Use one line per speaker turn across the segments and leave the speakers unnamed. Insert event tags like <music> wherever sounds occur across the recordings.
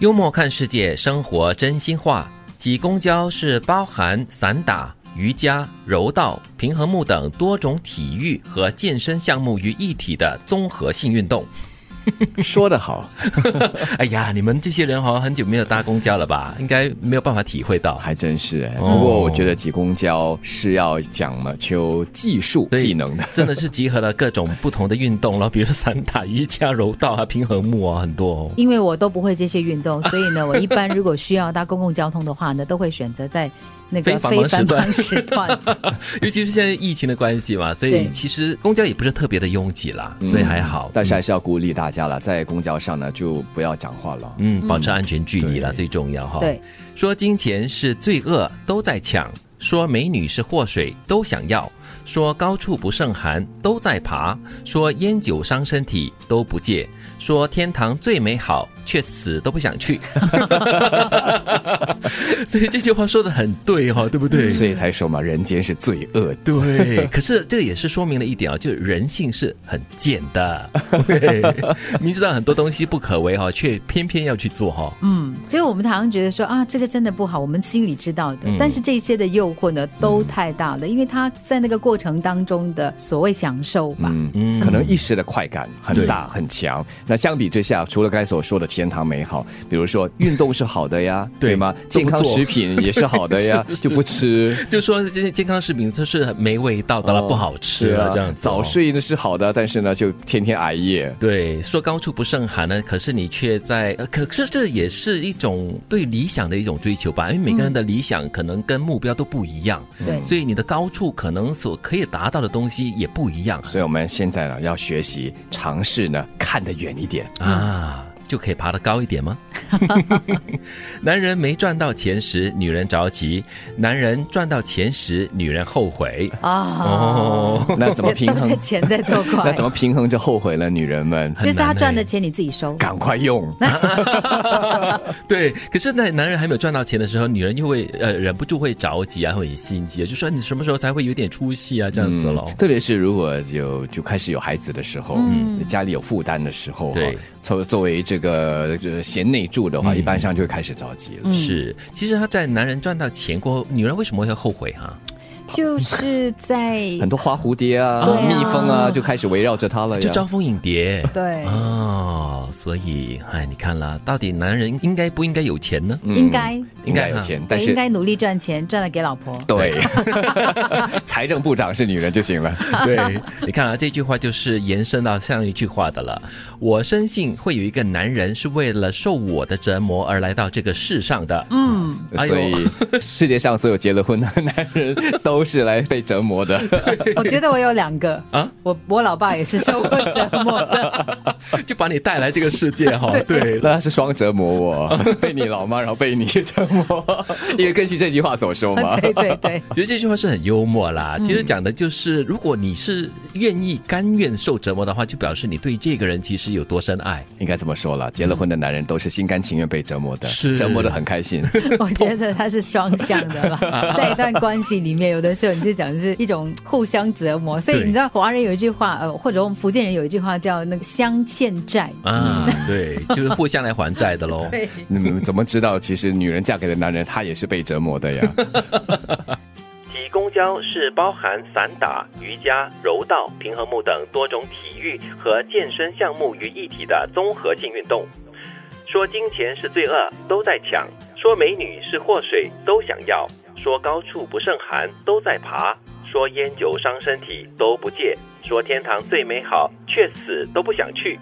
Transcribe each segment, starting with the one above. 幽默看世界，生活真心话。挤公交是包含散打、瑜伽、柔道、平衡木等多种体育和健身项目于一体的综合性运动。
说得好，
哎呀，你们这些人好像很久没有搭公交了吧？应该没有办法体会到。
<laughs> 还真是哎。不
哦
过我觉得挤公交是要讲嘛求技术
对
技能的。
真的是集合了各种不同的运动了，比如散打、瑜伽、柔道啊、平衡木啊，很多哦。
因为我都不会这些运
<laughs>
动，所以呢，我一般如果需要搭公共交通的话呢，都会选择在那个
非繁忙
非繁
时段
忙时
<laughs>
段。
尤其是现在疫情的关系嘛，所以
对
其实公交也不是特别的拥挤啦，所以还好。
但是还是要鼓励大家了，在公交上呢就不要讲话了。
嗯，保持安全距离啦，
对
最重要哈。
对，
说金钱是罪恶，都在抢；说美女是祸水，都想要；说高处不胜寒，都在爬；说烟酒伤身体，都不戒；说天堂最美好，却死都不想去。 <laughs> 所以这句话说的很对哈、哦，对不对？
所以才说嘛，人间是罪恶的。
对，可是这也是说明了一点啊、就是人性是很贱的。对，明知道很多东西不可为哈、却偏偏要去做哦哈、
嗯，就是我们常常觉得说啊，这个真的不好，我们心里知道的。
嗯
但是这些的诱惑呢，都太大了，因为他在那个过程当中的所谓享受吧，
嗯，可能一时的快感很大很强。那相比之下，除了刚才所说的天堂美好，比如说运动是好的呀，
对
对吗？
这
健
么
康
做
食品也是好
<laughs>
的呀，就不吃。
就说这些健康食品它是没味道的了，
哦
不好吃
是
了，啊这样子、哦
早。睡呢是好的，但是呢就天天熬夜。
对，说高处不胜寒呢，可是你却在，呃可是这也是一种对理想的一种追求吧，因为每个人的理想可能跟目标都不一样，
对
所以你的高处可能所可以达到的东西也不一样
所以我们现在呢要学习尝试呢看得远一点。
啊，就可以爬得高一
<laughs>
点吗？男人没赚到钱时，女人着急；男人赚到钱时，女人后悔。
啊，
哦，
那怎么平
<laughs> 都是
衡？
钱在作
<laughs>
怪。
那怎么平衡这后悔了？女人们
就是他
很难
赚的
欸
钱你自己收，
赶快用。
对，可是，在男人还没有赚到钱的时候，女人就会呃忍不住会着急啊，会很心急啊，就说你什么时候才会有点出息啊，这样子喽。
嗯特别是如果有就开始有孩子的时候，嗯，家里有负担的时候，
对，
作作为这个呃贤内助的话，一般上就会开始着急了。
是，其实他在男人赚到钱过后，女人为什么会后悔哈、
就是在
很多花蝴蝶啊、
对啊
蜜蜂啊，就开始围绕着它了呀。
就招蜂引蝶。
对，
哦，所以，哎，你看啦，到底男人应该不应该有钱 <laughs> 呢？
应该
应该有钱，但
也应
是
该努力赚钱，赚了给老婆。
对， <laughs> 财政部长是女人就行了。
对，你看啊，这句话就是延伸到上一句话的了。我深信会有一个男人是为了受我的折磨而来到这个世上的。嗯，
所以世界上所有结了婚的男人都是来被折磨的。 <laughs>
<laughs> 我觉得我有两个
啊，
我我老爸也是受过折
<laughs>
磨的，
就把你带来这个世界哈、 <laughs> 对
那他是双折磨我， <laughs> 被你老妈，然后被你折磨， <laughs> 因为根据这句话所说嘛。
<laughs> 对对对，
<laughs> 其实这句话是很幽默啦，其实讲的就是，如果你是愿意甘愿受折磨的话，就表示你对这个人其实有多深爱。
应该这么说了，结了婚的男人都是心甘情愿被折磨的，
是
折磨的很开心。
我觉得它是双向的
啊
啦，在一段关系里面，有的时候你就讲是一种互相折磨，所以
对
你知道华人有一句话，呃，或者我们福建人有一句话叫那个相欠债，
啊，对，就是互相来还债的喽。
<laughs> 对。
你们嗯怎么知道其实女人嫁给的男人他也是被折磨的呀？
挤公交是包含散打、瑜伽、柔道、平衡木等多种体育和健身项目于一体的综合性运动。说金钱是罪恶，都在抢；说美女是祸水，都想要；说高处不胜寒，都在爬；说烟酒伤身体，都不戒；说天堂最美好，却死都不想去。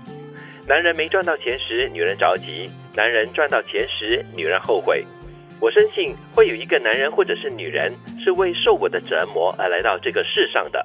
男人没赚到钱时，女人着急；男人赚到钱时，女人后悔。我深信会有一个男人或者是女人是为受我的折磨而来到这个世上的。